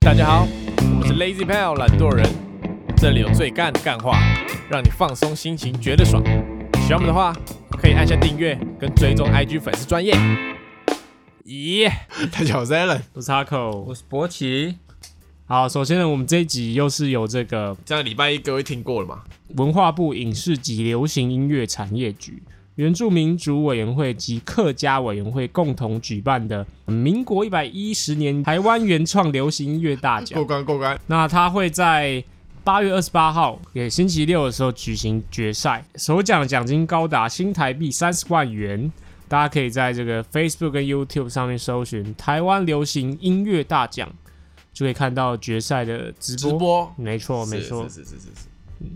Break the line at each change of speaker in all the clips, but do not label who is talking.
大家好，我
嗯
们是 Lazy Pal 懒惰人，这里有最干的干话，让你放松心情，觉得爽。喜欢我们的话，可以按下订阅跟追踪 IG 粉丝专业。咦、
大家好，我是 Alan。
我是 Taco。
我是博奇，
好，首先呢，我们这一集又是由这个
这样礼拜一各位听过了吗？
文化部影视及流行音乐产业局、原住民族委员会及客家委员会共同举办的民国一百一十年台湾原创流行音乐大
过
奖。
关过关，
那它会在八月二十八号，也星期六的时候举行决赛，首奖的奖金高达新台币三十万元。大家可以在这个 Facebook 跟 YouTube 上面搜寻“台湾流行音乐大奖”，就可以看到决赛的直
直
播。
播
没错，没错。
是是是是是是，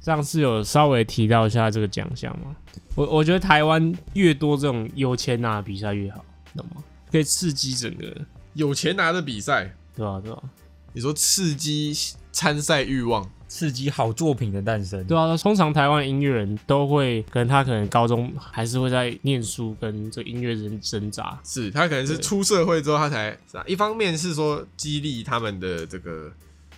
上次有稍微提到一下这个奖项嘛，我我觉得台湾越多这种有钱拿的比赛越好，懂吗？可以刺激整个，
有钱拿的比赛，
对吧、啊对吧、
你说刺激参赛欲望，
刺激好作品的诞生。
对啊，通常台湾音乐人都会，可能他可能高中还是会在念书跟这音乐人挣扎，
是他可能是出社会之后他才，是啊一方面是说激励他们的这个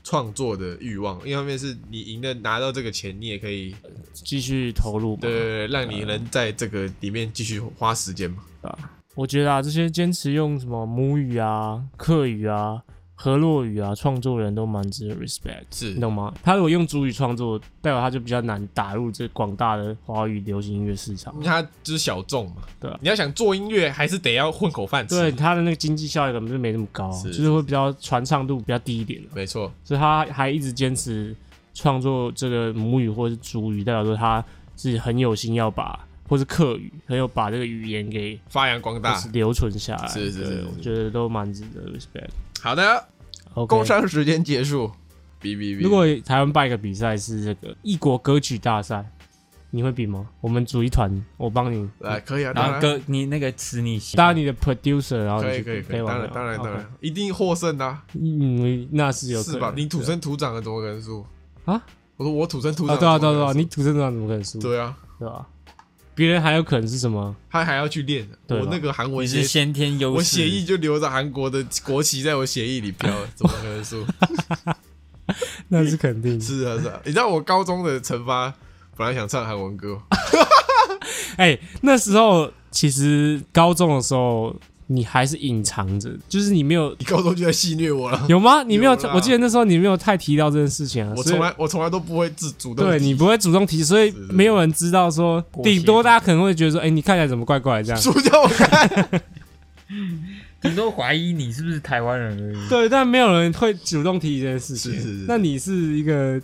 创作的欲望，一方面是你赢了拿到这个钱，你也可以
呃继续投入嘛。
对对对让你能在这个里面继续花时间嘛。
我觉得啊，这些坚持用什么母语啊、客语啊、河洛语啊创作人都蛮值得 respect。
是
你懂吗？他如果用主语创作，代表他就比较难打入这广大的华语流行音乐市场
因。为他就是小众嘛，
对啊
你要想做音乐，还是得要混口饭吃。
对，啊他的那个经济效益可能就没那么高，啊
是
就是会比较传唱度比较低一点、啊、
没错，
所以他还一直坚持创作这个母语或是主语，代表说他是很有心要把，或是客语，很有把这个语言给
发扬光
就
大
是。留存下来。
啊是是是
对
是
我觉得都蛮值得 respect。
好的，工
OK，
商时间结束，哔哔哔。
如果台湾办一个比赛是这个异国歌曲大赛，你会比吗？我们组一团，我帮你。
来可以啊，
然
当
后
然
歌，你那个词你写，
当你的 producer，然后你
可以
去
可以可
以
以，
玩
当然
吗
当然当
OK
然，一定获胜的啊，
嗯，那是有
是吧？你土生土长的怎么可能输
啊？
我说我土生土
啊，
长，
对啊对啊对
怎么
啊，
可能
你土生土长怎么可能输？
输对啊，
对吧？别人还有可能是什么？
他还要去练，
对吧
我那个韩
你
文
是
写，
先天优势。
我写意就留着韩国的国旗在我写意里飘，怎么可能输？
那是肯定。
是啊是啊，你知道我高中的惩罚，本来想唱韩文歌，
哎、那时候其实高中的时候，你还是隐藏着，就是你没有
你高中就在戏虐我了，
有吗？你没有，
啊有啦
我记得那时候你没有太提到这件事情啊。
我
所以
从来我从来都不会自主动
对
提
你不会主动提，所以
是是
没有人知道说，
妥协
顶多大家可能会觉得说，哎、你看起来怎么怪怪的这样。
输掉我看，
顶多怀疑你是不是台湾人而 已。
对，但没有人会主动提这件事情。
是是是
那你是一个，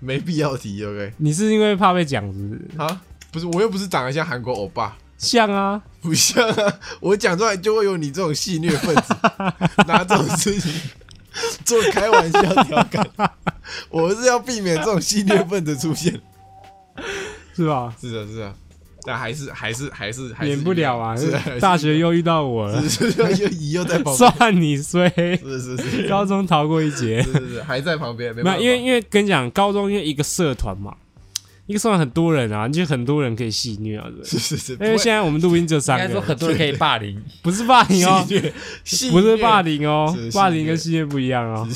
没必要提，OK？
你是因为怕被讲是不是？
啊，不是，我又不是长得像韩国欧巴。
像啊，
不像啊！我讲出来就会有你这种戏虐分子拿这种事情做开玩笑调侃，我是要避免这种戏虐分子出现。
是吧？
是啊，是啊，但还是还是还是还是
免不了啊
是还，是
大学又遇到我了，
是是又姨又在旁边，
算你衰，
是是是 是
高中逃过一劫。
是是还在旁边，没
没
办
有，
法，
因为因为跟你讲，高中因为一个社团嘛，一个社团很多人啊，就很多人可以戏虐啊，对不对
是是是，不
因为
会
现在我们录音就三
应该说
个，
很多人可以霸凌，
不是霸凌哦
戏，虐戏
不是
虐
霸，凌哦
是，
霸凌
戏虐
跟戏虐不一样哦。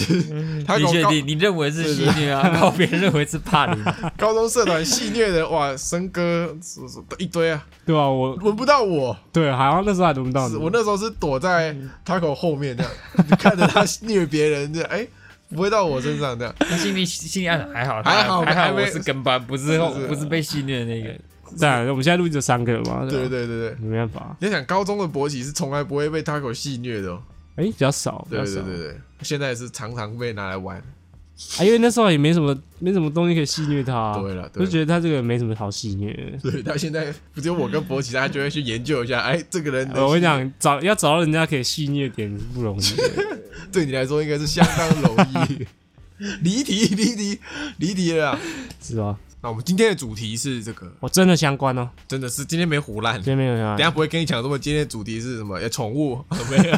他
你
搞
确
高
定？你认为是戏虐啊？然后别人认为是霸凌，
高中社团戏虐的哇，森哥是是一堆啊，
对啊，我
轮不到我。
对，啊好像那时候还轮不到
是
你，
我那时候是躲在
嗯
Taco 后面 这样，看着他虐别人，这样哎、不会到我身上 这样。
他心里心里暗还好，
还好
还
还
好，
没
我是跟班，不是
是是
不是被戏虐的那个。
对啊，我们现在录音就三个嘛，
对对
吧，
对对，
没办法，
你要想高中的博起是从来不会被 Taco 戏虐的、哦，
哎，比较少，比
对
较
对
少，
对对，现在是常常被拿来 玩。
啊，因为那时候也没什么没什么东西可以戏虐他啊，
对了，对
就
了
觉得他这个人没什么好戏虐的。
对，他现在不只有我跟博起，大家就会去研究一下， 哎，这个人能
呃我跟你讲，找要找到人家可以戏虐点是不容易的，
对你来说应该是相当容 易。离题离题离题了啦。
是吧？
那我们今天的主题是这个，
我真的相关哦，
真的是今天没胡乱，
这边没有人啊
等一下不会跟你讲什么，今天的主题是什么？呃宠 物没有，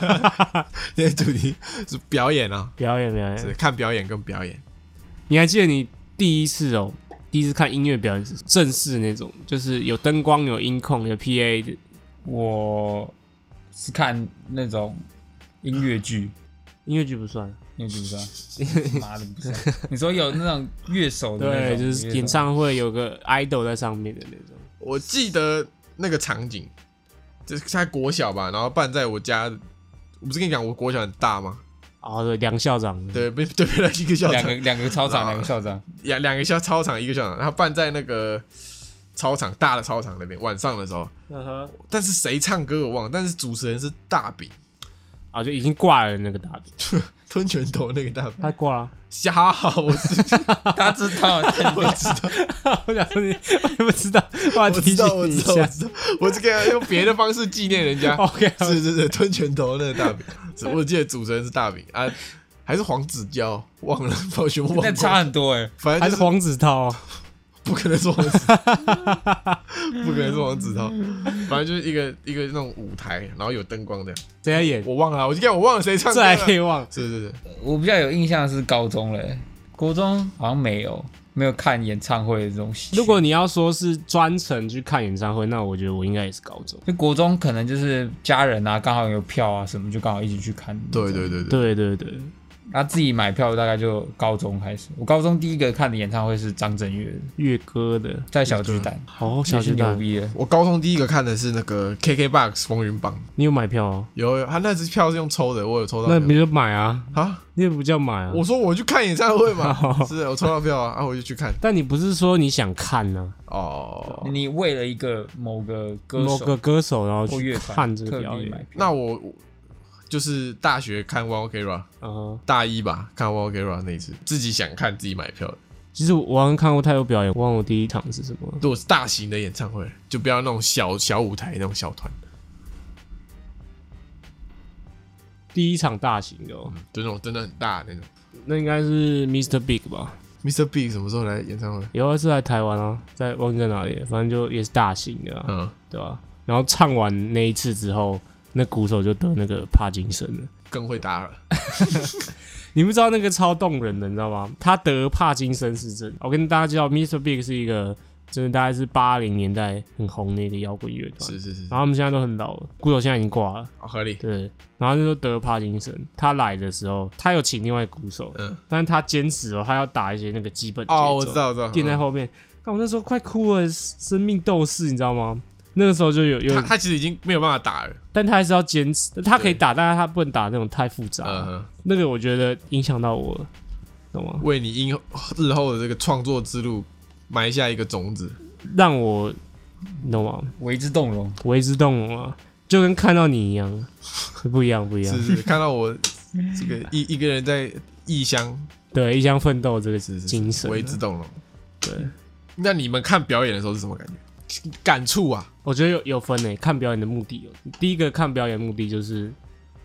今天主题是表演啊，
表演表演，
嗯
是看表演跟表演。
你还记得你第一次哦，第一次看音乐表演是正式那种，就是有灯光、有音控、有 PA 的。
我是看那种音乐剧，
音乐剧不算，
那就不算，妈的不算。你说有那种乐手的那
对，
种，
就是
乐手
演唱会有个 idol 在上面的那种。
我记得那个场景，就是在国小吧，然后办在我家。我不是跟你讲，我国小很大吗？
哦，对，梁校长，
对，被对被了一个校
两
场
个，两个操场，
啊
两个校长，
两两个校操场，一个校场，然后办在那个操场大的操场那边，晚上的时候。
嗯哼，
但是谁唱歌我忘了，但是主持人是大饼，
啊，就已经挂了那个大饼，
吞拳头那个大饼。
他挂了。
瞎好，我是
他知道，
我知道，
我想说你，我也不知道，我要
我
提
知道，
醒
我
你一
知道，我
下。哦
知道， 我这个用别的方式纪念人 家。
OK，
是是是，吞拳头那个大饼，是我记得主持人是大饼啊，还是黄子佼，忘了， 把我全部忘
那
光
差很多哎。
反正
还
就
是
是
黄子韬哦，
不可能是 王子，不可能是王子韬，反正就是一个一个那种舞台，然后有灯光这样。
谁在演？
我忘了啊，我就看我忘了谁唱歌
这
了。
还可以忘？
是是是，
我比较有印象的是高中嘞，国中好像没有没有看演唱会的东西。
如果你要说是专程去看演唱会，那我觉得我应该也是高中。
就国中可能就是家人啊，刚好有票啊什么，就刚好一起去看。
对对对对，
对对对，
然后自己买票大概就高中开始。我高中第一个看的演唱会是张震岳的，
月歌的，
在小巨蛋，
好
也
小
是
巨
牛
蛋，
逼的。
我高中第一个看的是那个 KKBOX 风云榜，
你有买票哦？
有有他那支票是用抽的，我有抽到
那
票。
你就买啊，
啊，
那不叫买啊。
我说我去看演唱会嘛
好，
是我抽到票啊，啊我就去看。
但你不是说你想看啊呢、
哦，
你为了一个某个歌
某
手
个歌手然后
或
去
乐团
看这个
特
表
地买
演？
票，
那我我就是大学看 One Ok Rock，
嗯，
大一吧看 One Ok Rock 那一次，自己想看自己买票的。
其实我好像看过太多表演，忘了我第一场是什么了。
如果是大型的演唱会，就不要那种小小舞台那种小团，
第一场大型的、哦，
嗯
就那种真的很大的那种。
那应该是 Mr. Big 吧？
Mr. Big 什么时候来演唱会？
有一次来台湾啊，在忘记在哪里了，反正就也是大型的、啊，
嗯，
对吧、然后唱完那一次之后，那鼓手就得那个帕金森了。
更会打了。
你不知道那个超动人的，你知道吗？他得帕金森氏症。我跟大家介绍，Mr. Big 是一个真的大概是八零年代很红的一个摇滚乐团，
是是是，
然后他们现在都很老了，鼓手现在已经挂了，
好合理。
对。然后他就得帕金森，他来的时候，他有请另外鼓手，
嗯
但是他坚持哦，他要打一些那个基本节奏
哦，我知，道，我知道。
垫在后面。但我那时候快哭了，生命斗士，你知道吗？那个时候就有有
他，他其实已经没有办法打了。
但他还是要坚持，他可以打，但是他不能打那种太复杂，
嗯哼，
那个我觉得影响到我了，懂吗？
为你因日后的这个创作之路埋下一个种子。
让我，你懂吗？
为之动容。
为之动容啊，就跟看到你一样，不一样，不一样
是。是，看到我这个一一个人在异乡，
对，一腔奋斗这个
是是
精神啊，
为之动容。
对。
那你们看表演的时候是什么感觉？感触啊，
我觉得有有分诶，看表演的目的有，第一个看表演的目的就是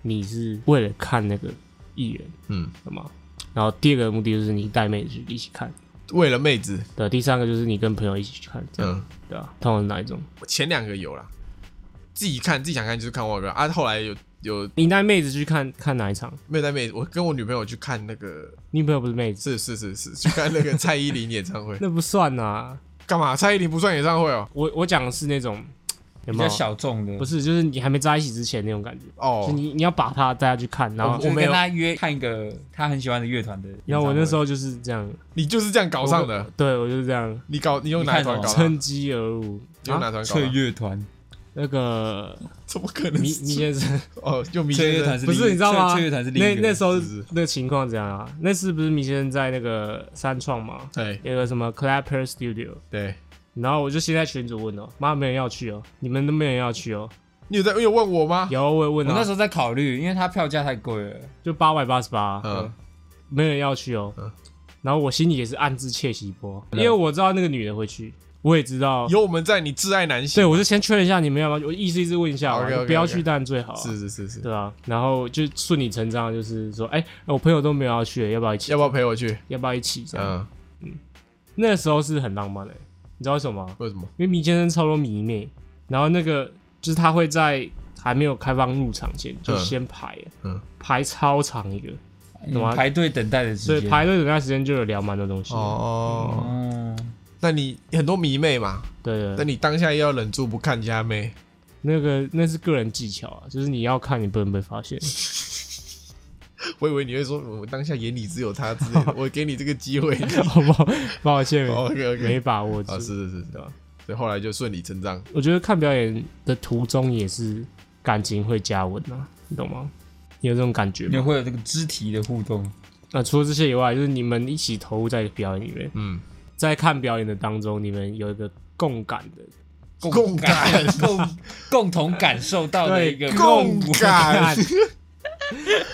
你是为了看那个艺人，
嗯，
懂吗？然后第二个目的就是你带妹子一起看，
为了妹子，
对，第三个就是你跟朋友一起去看，这样、
嗯，
对啊，通常是哪一种？
我前两个有啦，自己看自己想看就是看外表啊。后来有有
你带妹子去看看哪一场？
没有带妹子，我跟我女朋友去看那个，
你朋友不是妹子，
是是是是，去看那个蔡依林演唱会。
那不算啊。
干嘛？蔡依林不算演唱会哦？
我我讲的是那种有没
比较
有？
小众的，
不是，就是你还没在一起之前那种感觉。就
哦，
你你要把他带他去看，然后
我
没
跟
有
他约看一个他很喜欢的乐团的演唱会。
然后我那时候就是这样，
你就是这样搞上的。
对我就是这样
你搞你用哪一团
你
搞
看
的？
趁机而入。
你用哪团搞
翠
的？
乐团，
那个
怎么可
迷
能
迷
是？
先生
哦，用迷
翠乐
先
团
生
是
不
另一
是你知道吗？
翠翠乐团是另
那
一个
那时候
是
那个情况怎样啊？那是不是迷先生在那个三创嘛？
对
有个什么 Clapper Studio，
哎对，
然后我就先在群主问哦，妈没人要去哦，你们都没人要去哦。
你有在你有问我吗？
有啊我也
我
问
哦那时
了，
候在考虑，因为他票价太贵了。
就八百八十八，
嗯，
没人要去哦
嗯。
然后我心里也是暗自窃喜一波，因为我知道那个女的会去，我也知道
有我们在，你挚爱难行。
对，我就先确认一下你们要不要，我意思意思问一下嘛，
OK，OK，OK
不要去当然最好、啊，
是是是是，
对啊。然后就顺理成章，就是说，哎、我朋友都没有要去，要不要一起？
要不要陪我去？
要不要一起？这样、
嗯，
那时候是很浪漫的、你知道为什么吗？
为什么？
因为迷先生超多迷妹，然后那个就是他会在还没有开放入场前就先排，
嗯
排超长一个，
你
懂啊
排队等待的
所
时
以
间。
排队等待时间就有聊蛮多东西。哦，
哦，
哦，
那你很多迷妹嘛，
对
那
对，
你当下要忍住不看其他妹，
那个那是个人技巧啊，就是你要看你不能被发现。
我以为你会说，我当下眼里只有他之类 的，我给你这个机会。
好不好？抱歉，
哦 OK
没
OK，
把握住
啊，。是是是是吧？所以后来就顺理成章。
我觉得看表演的途中也是感情会加温啊，你懂吗？你有这种感觉
你
吗？
会有这个肢体的互动，
那、除了这些以外，就是你们一起投入在表演里面，
嗯，
在看表演的当中，你们有一个共感的
共感，
共共同感受到的一个
共感，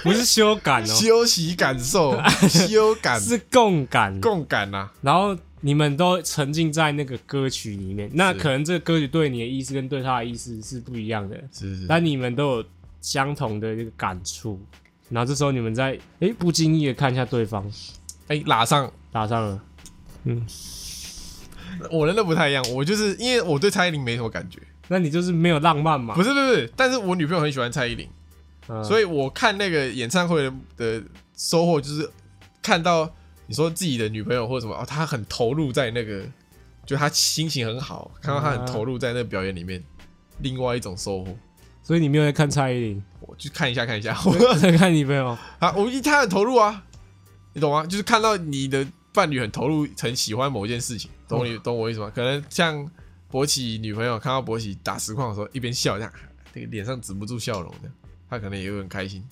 不是修感哦，
休息感 受，修感，
是共感。
共感啊呐。
然后你们都沉浸在那个歌曲里面，那
是
可能这个歌曲对你的意思跟对他的意思是不一样的，
是是，
但你们都有相同的这个感触。然后这时候你们在哎不经意的看一下对方，
哎，拉上
打上了，
我的那不太一样，我就是因为我对蔡依林没什么感觉，
那你就是没有浪漫嘛？
不是不是不是，但是我女朋友很喜欢蔡依林，
嗯
所以我看那个演唱会的的收获就是看到你说自己的女朋友或者什么哦，她很投入在那个，就她心情很好，看到她很投入在那个表演里面，另外一种收获。
所以你没有在看蔡依林，
我去看一下看一下，
我
我
在看女朋友。
啊，我一她很投入啊，你懂吗？就是看到你的伴侣很投入，很喜欢某件事情，懂你懂我意思吗？可能像博奇女朋友看到博奇打实况的时候，一边笑这样，那个脸上止不住笑容的，她可能也会很开心。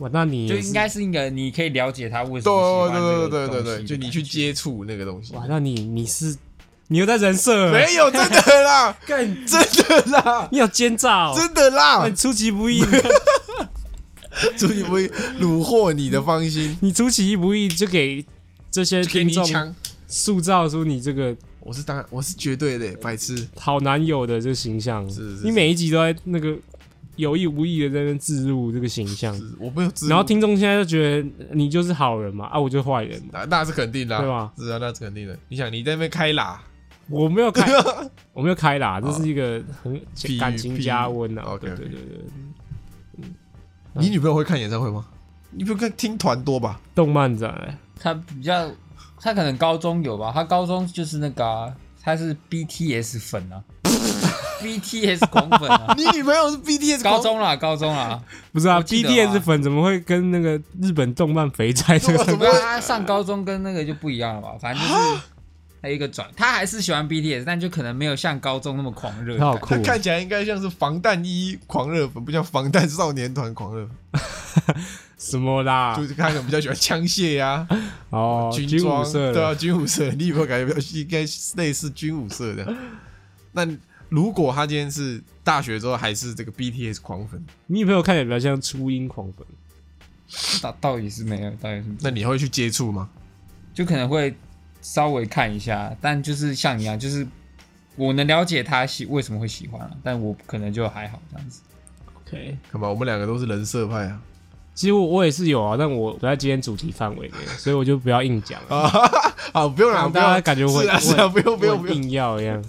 哇，那你也
就是应该是一个你可以了解他为什么喜
对
欢这个
对对对
东西
对，
的
就你去接触那个东西，
哇，那你你是你又在人设了，
没有真的啦，
干
真的啦，
你有奸诈哦，
真的啦
哇你，出其 不意，
所以我虏获你的芳 心，
你出其不意就给这些
给
听
你一
众
枪。
塑造出你这个
我是当然，我是绝对的白痴，
好男友的这形象，
是是
你每一集都在那个有意无意的在那边置入这个形象，
是我没有知。
然后听众现在就觉得你就是好人嘛，啊，我就是坏人嘛，
那那是肯定的，
对吧？
是啊，那是肯定的。你想你在那边开喇，
我没 有开，我没有开啦，这是一个很
哦比喻
感情加温
比喻
啊，对
OK，OK
对对对，嗯
你女朋友会看演唱会吗？你不看听团多吧？
动漫展，哎
他比较，他可能高中有吧，他高中就是那个、啊，他是 BTS 粉啊，BTS 狂粉啊，
你女朋友是 BTS
高中啦，高中啦，
不是啊
我记得啊
，BTS 粉怎么会跟那个日本动漫肥 宅这
怎么啊
个
不过他上高中跟那个就不一样了吧，反正就是他一个转，他还是喜欢 BTS，但就可能没有像高中那么狂热
他好
感。
酷啊
她，啊看起来应该像是防弹衣狂热粉，不像防弹少年团狂热粉，
什么啦？
就是她可能比较喜欢枪械啊呀、
哦，
军
军
装
武社
对
的
啊，军武色，你有没有感觉比较应该类似军武色的？ 那如果他今天是大学之后还是这个 BTS 狂粉，
你女朋友看起来比较像初音狂粉，
到到底是没有，到底是没有
那你会去接触吗？
就可能会稍微看一下，但就是像你一样，就是我能了解他喜为什么会喜欢、啊，但我可能就还好这样子。
，OK。
干嘛？我们两个都是人设派啊！
其实我我也是有啊，但我不在今天主题范围内，所以我就不要硬讲了，
啊， 好，不用了，
让
不
大家
用，
感觉我
是啊是啊，不用不用不
我
用，
硬要一样。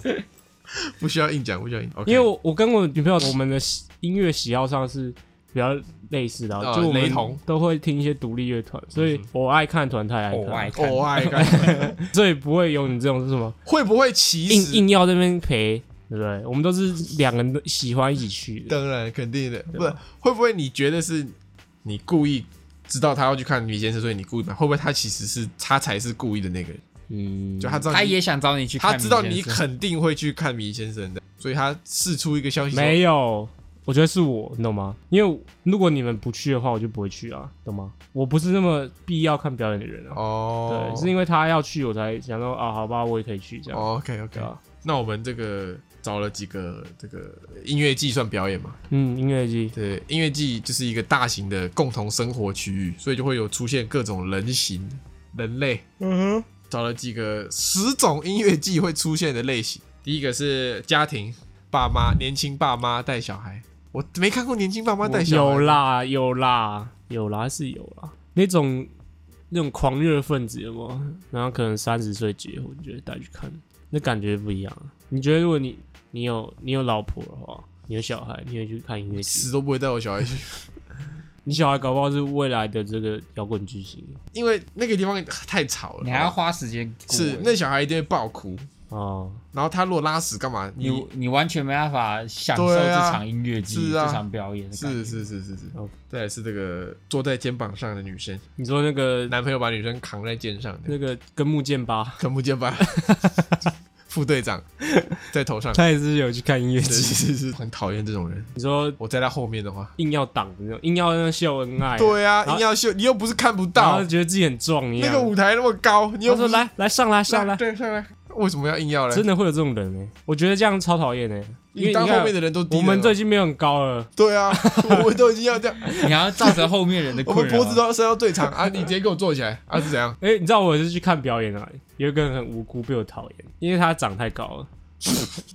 不需要硬讲，不需要硬。OK
因为我我跟我女朋友我们的喜音乐喜好上是比较类似的啊，
啊
就我
雷
们
同嗯
都会听一些独立乐团，所以我爱看团，她也
我爱
爱
看，
哦我爱 看，
看，所以不会有你这种是什么
会不会歧
硬
视？
硬要这边陪，对不对？我们都是两个人都喜欢一起去的，
当然肯定的，不
吧
是会不会你觉得是你故意知道他要去看米先生，所以你故意买？会不会他其实是他才是故意的那个人？
嗯，
就他知道
他
你
也想找你去看
他
迷先
知
生，
道你肯定会去看米先生的，所以他试出一个消息说
没有，我觉得是我，你懂吗？因为如果你们不去的话，我就不会去啊，懂吗？我不是那么必要看表演的人啊。
哦，哦
对，是因为他要去，我才想说啊，好吧，我也可以去这样。
OK
对
OK，
啊，
那我们这个找了几个这个音乐季算表演嘛？
嗯，音乐季，
对，音乐季就是一个大型的共同生活区域，所以就会有出现各种人形人类。嗯哼，找了几个十种音乐季会出现的类型。第一个是家庭，爸妈，年轻爸妈带小孩。我没看过年轻爸妈带小孩，
有，啦，有啦，有啦，是有啦。那种那种狂热分子有没有？然后可能三十岁结婚，就会带去看，那感觉不一样啊。你觉得如果你你有你有老婆的话，你有小孩，你会去看音乐季？
死都不会带我小孩去，
你小孩搞不好是未来的这个摇滚巨星。
因为那个地方太吵了。
你还要花时间顾
是
欸
那小孩一定会爆哭，
哦，
然后他如果拉屎干嘛？
你
你
你完全没办法享受
对
这
啊
场音乐季、
是啊
这场表演的感觉
是是是是是
哦。
再来是这个坐在肩膀上的女生，
你说那个
男朋友把女生扛在肩上的，
那个跟木剑吧，
跟木肩 膀，副队长在头上，
他也是有去看音乐
是
季。
是是，很讨厌这种人。
你说
我在他后面的话，
硬要挡的那种，硬要那秀恩爱，
对啊，
然后
硬要秀，你又不是看不
然后
到，
觉得自己很壮一
那
样。
个舞台那么高，你又
他
不
说
是
来来上来上来，
对上来，为什么要硬要嘞
真？的会有这种人哎、我觉得这样超讨厌哎，因为
你当
看
后面的人都低
我们
了
这已经没有很高了，
对 啊，我们都已经要这样，
你还要造成后面人的
我
困扰。啊
们脖子都要伸到最长 啊！你直接给我坐起来啊！是怎样？
哎、你知道我是去看表演啊，有一个人很无辜被我讨厌，因为他长太高了，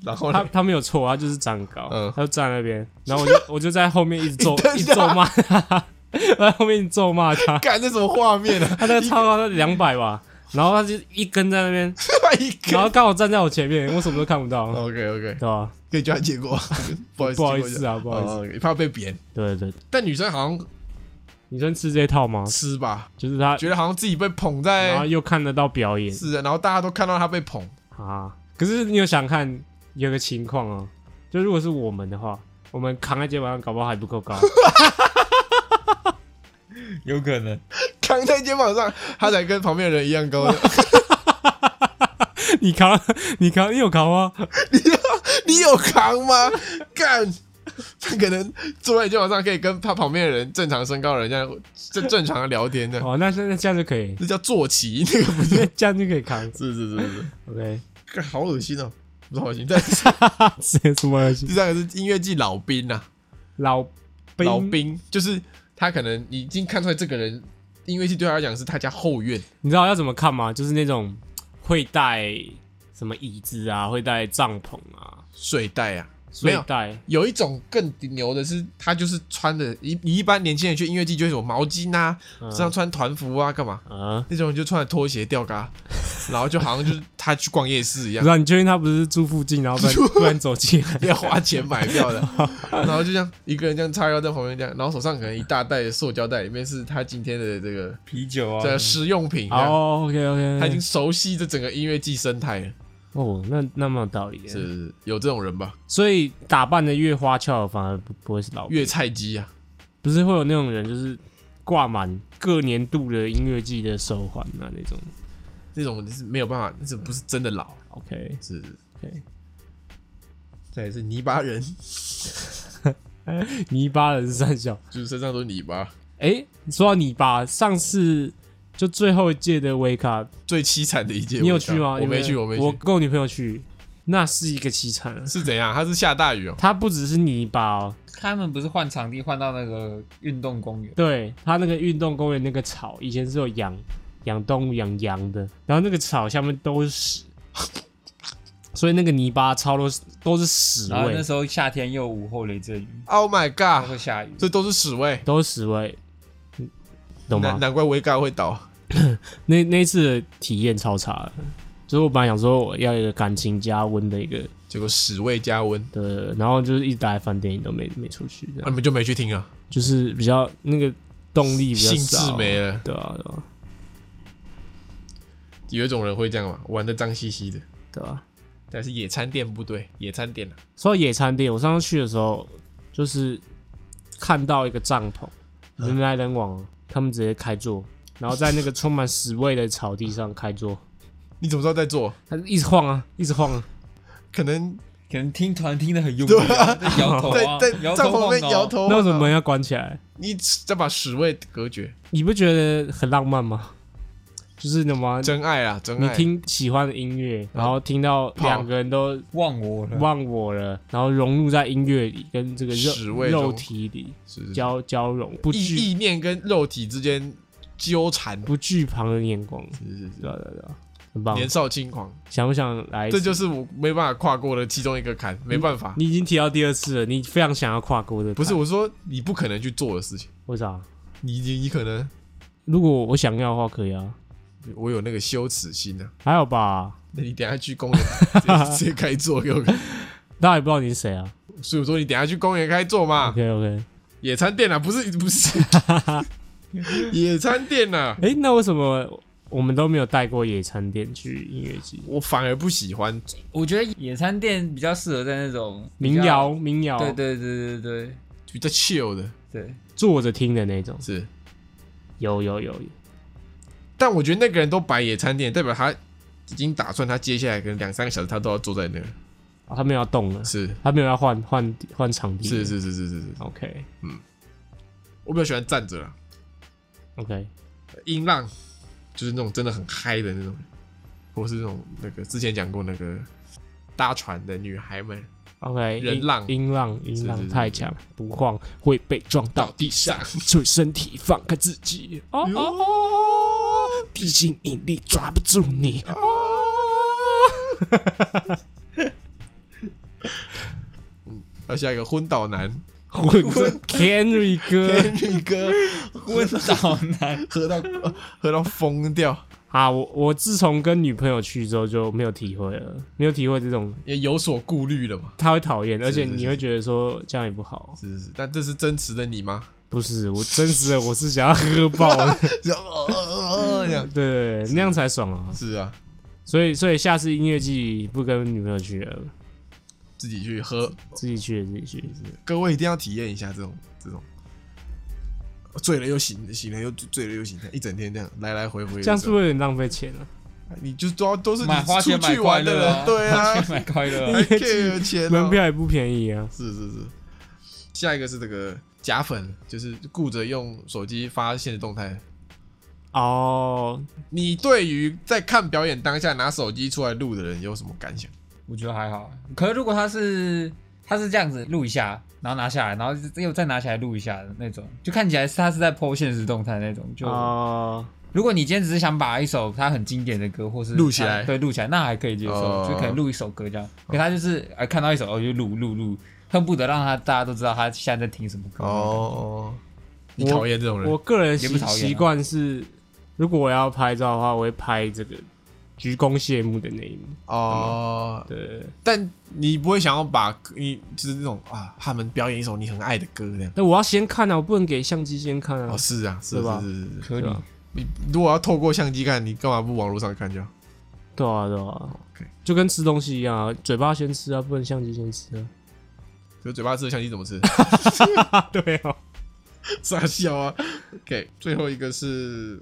然后
他
呢？
他没有错，他就是长很高，
哦嗯
他就站在那边，然后 我就我就在后面一直咒
你等一
一
下
直咒骂他， 我在后面一直咒骂他，
干这什么画面啊？
他那个超高，他两百吧，然后他就一根在那边，
一
然
个
后刚好站在我前面，我什么都看不到，
OK OK，
对吧？
可以叫他结 果，不好意思，
不好意思啊，不
不
好意思，
哦思，怕被扁。
对对对，
但女生好像
女生吃这一套吗？
吃吧，
就是他，
觉得哎好像自己被捧
然后
在
又看得到表演，
是啊，然后大家都看到她被捧，
啊，可是你有想看有个情况哦，就如果是我们的话，我们扛在肩膀上，搞不好还不够 高。
有可能，
扛在肩膀上，她才跟旁边的人一样高。
你扛，你扛，你有扛吗？
你有扛吗？ 干，他可能坐在肩膀上可以跟他旁边的人正常身高的人这样正正常的聊天 的，
哦，那那那这样就可 以，
这叫坐骑，那个不是？
那这样就可以扛。
是是是是，
OK，
干好恶心哦，不是好恶 心。但是
这什么东西
第三个是音乐季老兵啊，
老兵
老，兵就是他可能已经看出来这个人音乐季对他来讲是他家后院，
你知道要怎么看吗？就是那种会带什么椅子啊，会带帐篷啊，
睡袋啊。没
睡
有，
袋。
有一种更牛的是，他就是穿的，一你一般年轻人去音乐季就是什么毛巾啊，
嗯
身上穿团服啊，干嘛？
啊，
那种人就穿着拖鞋吊嘎，然后就好像就是他去逛夜市一样
不 知，道你确定他不是住附近，然后不 然不然走进来？
要花钱买票的，然后就这样一个人这样叉腰在旁边这样，然后手上可能一大袋的塑胶袋，里面是他今天的这个
啤酒啊，
这个食用品这样，
哦，OK OK，
他已经熟悉这整个音乐季生态了，
哦，那那蛮有道理的。
是有这种人吧？
所以打扮的越花俏，反而不不会是老兵，
粤菜鸡啊，
不是会有那种人就是挂满各年度的音乐季的手环啊那种。
这种是没有办法，这不是真的老，
OK，
是
OK。
再来是泥巴人，
泥巴人三小。
就是身上都是泥巴。
哎、说到泥巴，上次就最后一届的维卡，
最凄惨的一届，
你有
我知
去
道
吗？
我
有
没去，我没
我
去。
跟我女朋友去，那是一个凄惨啊。
是怎样？他是下大雨哦，
它不只是泥巴哦，
他们不是换场地换到那个运动公园，
对，它那个运动公园那个草，以前是有养养动物、养羊的，然后那个草下面都是屎， 所以那个泥巴超多都是屎
然后那
味，
时候夏天又午后雷阵雨，
Oh my
它
god！
会下雨，
这都是屎味，
都是屎味，嗯懂
难
吗？
难怪维盖会倒。
那那一次的体验超差的，就是我本来想说我要一个感情加温的一个
结果屎味加温，
的，然后就是一直待在饭店里都没没出去，这
那
样
你们就没去听啊，
就是比较那个动力比较
兴致
少，
没了。
对啊对啊
有一种人会这样嘛，玩的脏兮兮的。
对啊。
但是野餐店不对，野餐店啊，
说到野餐店，我上次去的时候，就是看到一个帐篷，
嗯
人来人往哦，他们直接开坐，然后在那个充满屎味的草地上开坐，
你怎么知道在做？
他就一直晃啊，一直晃啊，
可能
可能听团听得很 用力啊，在摇头
在
哦
啊，
在
摇
帐
头
篷
晃
里面
脑
摇，头晃脑，
那为什么门要关起来？
你再把屎味隔绝？
你不觉得很浪漫吗？就是什么，
真爱啊，真
你
爱！嗯
听喜欢的音乐，然后听到两个人都
忘我了。
忘我了，然后融入在音乐里，跟这个
嗯屎
肉
味中
肉体里
是是是
交交融，不哦惧
意意念跟肉体之间纠缠，
不惧旁人眼光，
是是是
对啊对啊对啊，很棒。
年少轻狂，
想不想来一次？
这就是我没办法跨过的其中一个坎，没办法。
你已经提到第二次了，你非常想要跨过的坎，
不是我说你不可能去做的事情，
为啥？
你你你可能
如果我想要的话，可以啊，
我有那个羞耻心啊。
还好吧？
那你等一下去 公园直接直接开做给我看。
大家也不知道你是谁啊。
所以我说你等一下去公园开做嘛，
OK OK，
野餐店啊，不是不是，野餐店啊，
哎、那为什么我们都没有带过野餐垫去音乐季，
我反而不喜欢
我觉得野餐店比较适合在那种比较
民谣，民谣，
对对对对对
比较 chill 的，
对，
坐着听的那种，
是。
有有有有，
但我觉得那个人都摆野餐垫，代表他已经打算他接下来可能两三个小时他都要坐在那儿。
啊他们要动了，
是
他没有要换换换场地，
是是是是是是，
，OK
我比较喜欢站着啦，啊
OK，
音浪就是那种真的很嗨的那种，或是那种那个之前讲过那个搭船的女孩们
OK，
人
音
浪
音浪，音
是
浪
是
太强，不晃会被撞
到
到，
地上，
所以身体放开自己。哦哦哦，地心引力抓不住你。哦
要下一个 昏倒男
混着 Henry 哥
，Henry 哥
昏倒男
喝到喝到疯掉，
啊，我我自从跟女朋友去之后就没有体会了，没有体会这种，
也有所顾虑了嘛。
他会讨厌，而且
是是
你会觉得说这样也不好。
是是是，但这是真实的你吗？
不是，我真实的我是想要喝爆的，
这样哦哦哦哦这样
对， 那样才爽啊。
是啊，
所以所以下次音乐季不跟女朋友去了，
自己去喝，
自己去自己去。
各位一定要体验一下这种这种。醉了又醒，醒了又醉了又醒，一整天这样来来回回的
这
时候，
样是不是有点浪费钱啊？
你就都要都是你
买花钱
出
买
去
快
玩的
乐
人，
啊，
对
花
啊，
钱买快乐 啊
还 care 钱、
门，票也不便宜啊。
是是是。下一个是这个假粉，就是顾着用手机发现实动态。
哦，
你对于在看表演当下拿手机出来录的人有什么感想？
我觉得还好。可是如果他是他是这样子录一下，然后拿下来，然后又再拿起来录一下的那种，就看起来是他是在 PO 现实动态那种。就、
哦，
如果你今天只是想把一首他很经典的歌，或是
录起来
对，录起来那还可以接受，
哦
就可能录一首歌这样。可他就是哎看到一首哦就录录录，恨不得让他大家都知道他现在在听什么歌。
哦，你讨厌这种人
我个人
也
习
不讨厌啊
习惯是，如果我要拍照的话，我会拍这个鞠躬谢幕的那一幕。
哦，
对，
但你不会想要把你就是那种啊，他们表演一首你很爱的歌这样。
但我要先看啊，我不能给相机先
嗯
看啊
哦，。是啊，是
对吧
是是是是。
合
对
理
啊。
你如果要透过相机看，你干嘛不网络上看就好？
对啊，对啊
OK，
就跟吃东西一样啊，嘴巴先吃啊，不能相机先吃啊。
就嘴巴吃，相机怎么 吃？
对哦，
傻笑啊。OK，最后一个是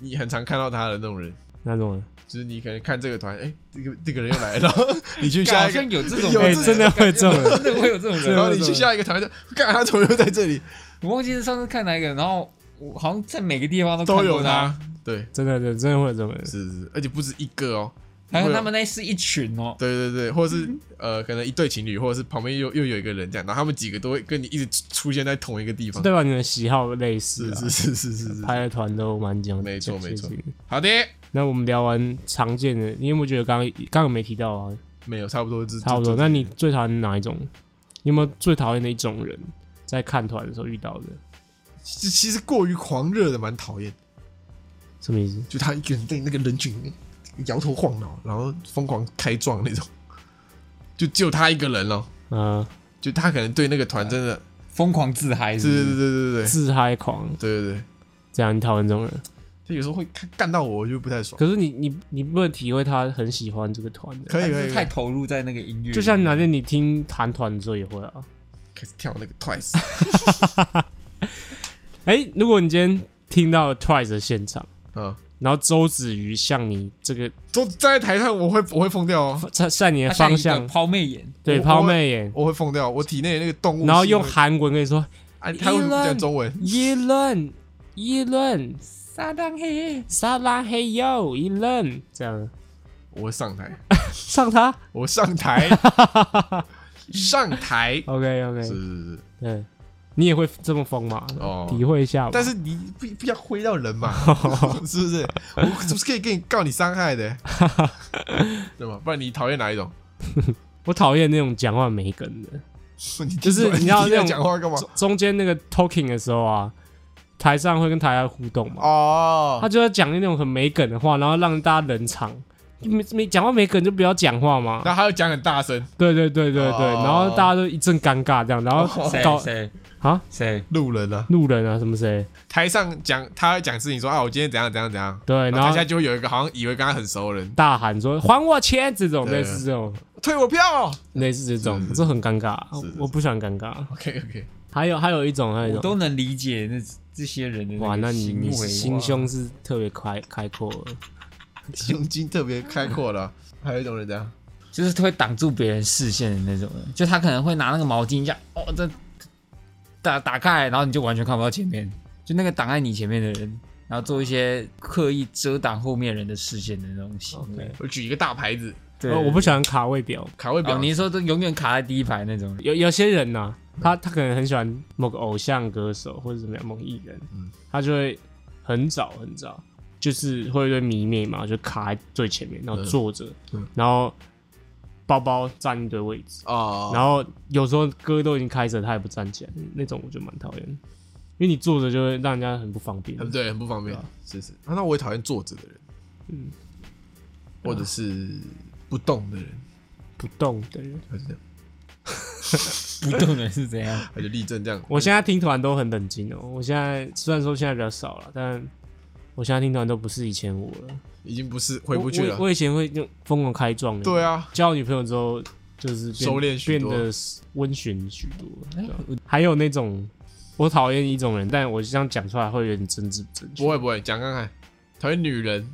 你很常看到他的那种人，
那种人，
就是你可能看这个团，哎、这个这个人又来了，然后你去
干
下
好
一个
像，有这种
有
人
哎，
这
真的会这种人。
真的会有这种
然
人。
后你去下一个团就，干他怎么又在这里？
我忘记是上次看哪一个，然后我好像在每个地方都
都
看
有
过
他，，对，
真的，真的真的会有这种人，
是是，而且不止一个哦。
还
会
有
有
他们那是一群哦。
对对对，或者是呃，可能一对情侣，或者是旁边又又有一个人这样，然后他们几个都会跟你一直出现在同一个地方
就。代表你们喜好类
是
似啊
是。是是是是，
拍的团都蛮讲，
没错没错
讲事情
好的，
那我们聊完常见的，你有没有觉得刚刚刚刚有没提到啊？
没有，差不多是
差不多。那你最讨厌哪一种？你有没有最讨厌的一种人？在看团的时候遇到的，
其其实过于狂热的蛮讨厌。
什么意思？
就他一个人在那个人群里面摇头晃脑，然后疯狂开撞那种，就只有他一个人哦，
呃，
就他可能对那个团真的，
疯狂自嗨
对对对
是
对对对
自嗨狂，
对对对，
这样你讨厌这种人？
他有时候会干干到我，我就不太爽。
可是你你你不能体会他很喜欢这个团的，
可以
不是，
可以，
太投入在那个音乐里，
就像哪天你听韩团的时候也会啊。
开始跳那个 Twice，
哎、如果你今天听到了 Twice 的现场，
啊，
然后周子瑜向你这个
都站在台上，我会我会疯掉哦，
在向你的
他像一
方
个
向
抛媚眼，
对
我
抛媚眼，
我会疯掉，我体内那个动物，
然后用，韩文跟你说
啊，他会不讲中文，
耶伦耶伦
撒旦嘿，
沙拉嘿哟耶伦这样
我会上台，
上他。
我上 台，上台，
OK OK，
是是是，
对，你也会这么疯吗？
哦
体会一下吧。
但是你不不要挥到人 嘛，是不是？我我是可以给你告你伤害 的，对吗？不然你讨厌哪一种？
我讨厌那种讲话没梗的，
你
就是你要
听
那
他
种
讲话干嘛？
中中间那个 talking 的时候啊，台上会跟台下互动嘛， 他
哦，
就要讲那种很没梗的话，然后让大家冷场。没没讲话没梗就不要讲话嘛，
然后他又讲很大声，
对对对对对，
哦
然后大家都一阵尴尬这样，然后
谁
哦搞
谁
啊，
谁？
路人啊，
路人啊，什么谁？
台上讲他会讲事情说啊，我今天怎样怎样怎样，
对，
然
然
后台
后
下哦就会有一个好像以为跟他很熟的人
大喊说还我钱，这种
对
类似这种
退我票。
类似这种
是，是
这很尴尬
是是，
我不喜欢尴尬。
OK OK，
还有还有一种，还有一
我
种，
都能理解那这些人的
哇，
那
那
个
你
行
你
为
心胸是特别开开阔了，
胸襟特别开阔 了。还有一种人这样，
就是会挡住别人视线的那种人，就他可能会拿那个毛巾这样，哦，这打打开来，然后你就完全看不到前面，就那个挡在你前面的人，然后做一些刻意遮挡后面人的视线的那种行为。
我举一个大牌子，
嗯对，
呃呃我不喜欢卡位表。
卡位表
哦，，你是说都永远卡在第一排那 种人，
有有些人呐、他他可能很喜欢某个偶像歌手或者怎么样某个艺人，他就会很早很早，就是会对迷妹嘛，就卡在最前面，然后坐着，
嗯
然后包包占一堆位置，
哦，
然后有时候歌都已经开着，他也不站起来，那种我就蛮讨厌的，因为你坐着就会让人家很不方便。
很对，很不方便，
嗯
是是。啊那我也讨厌坐着的人，嗯，或者是不动的人，
不动的人，
他就这样，
不动的人是怎样？
他就立正这样。
我现在听团都很冷静哦、我现在虽然说现在比较少了，但我现在听团都不是以前我了。
已经不是回不去
我
了
我。我以前会用疯狂开撞的，
对啊，
交女朋友之后就是变
收敛许
变
多
得温驯许多。对吧还有那种我讨厌一种人，但我这样讲出来会有点政治不正确
不。会不会，讲看看。讨厌女人，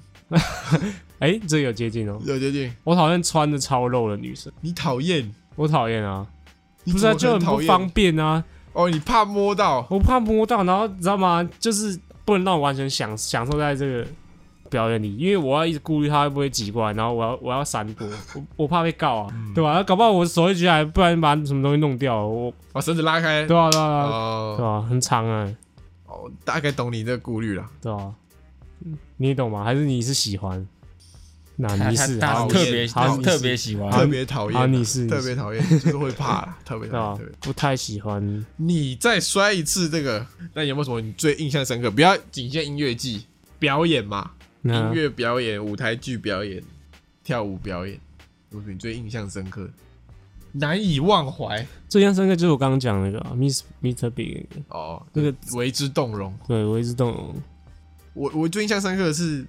哎、这有接近哦、
有接近。
我讨厌穿的超露的女生，
你讨厌，
我讨厌啊，
你
不是、啊、
怎
就
么可能
很不
讨厌
方便啊，
哦，你怕摸到，
我怕摸到，然后你知道吗？就是不能让我完全享享受在这个。表演里，因为我要一直顾虑他会不会挤过来，然后我要我要闪躲，我我怕被告啊，对吧？搞不好我手一举起来，不然把什么东西弄掉了，我
把哦绳子拉开。
对啊，对啊，对啊对
哦，
啊，很长啊，
哦，大概懂你这个顾虑了。
对啊，你懂吗？还是你是喜 欢？那
他
你
他
是
他
好
是
讨
特
厌
别
好
他是
你
特
是
别喜欢，哦
特别讨厌
啊
啊，
你是你
特
是
别讨厌，就是会怕 啦，特别
对
讨
啊
厌。特别，
不太喜欢。
你再摔一次这个，那有没有什么你最印象深刻？不要仅限音乐季表演嘛，
那
音乐表演、舞台剧表演、跳舞表演，有什么你最印象深刻的、难以忘怀
最印象深刻就是我刚刚讲那个啊 Miss Mr Big，那个
哦，
那个
为之动容。
对我一直动容。
我我最印象深刻的是，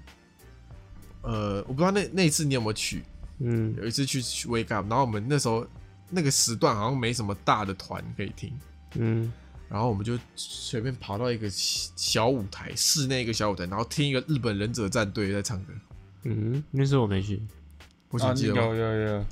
呃，我不知道那那一次你有没有去，
嗯，
有一次去去 Wake Up，然后我们那时候那个时段好像没什么大的团可以听，
嗯，
然后我们就随便跑到一个小小舞台，室内一个小舞台，然后听一个日本忍者战队在唱歌，
嗯，那时候我没去，
我
啊
想记得吗、
有有有，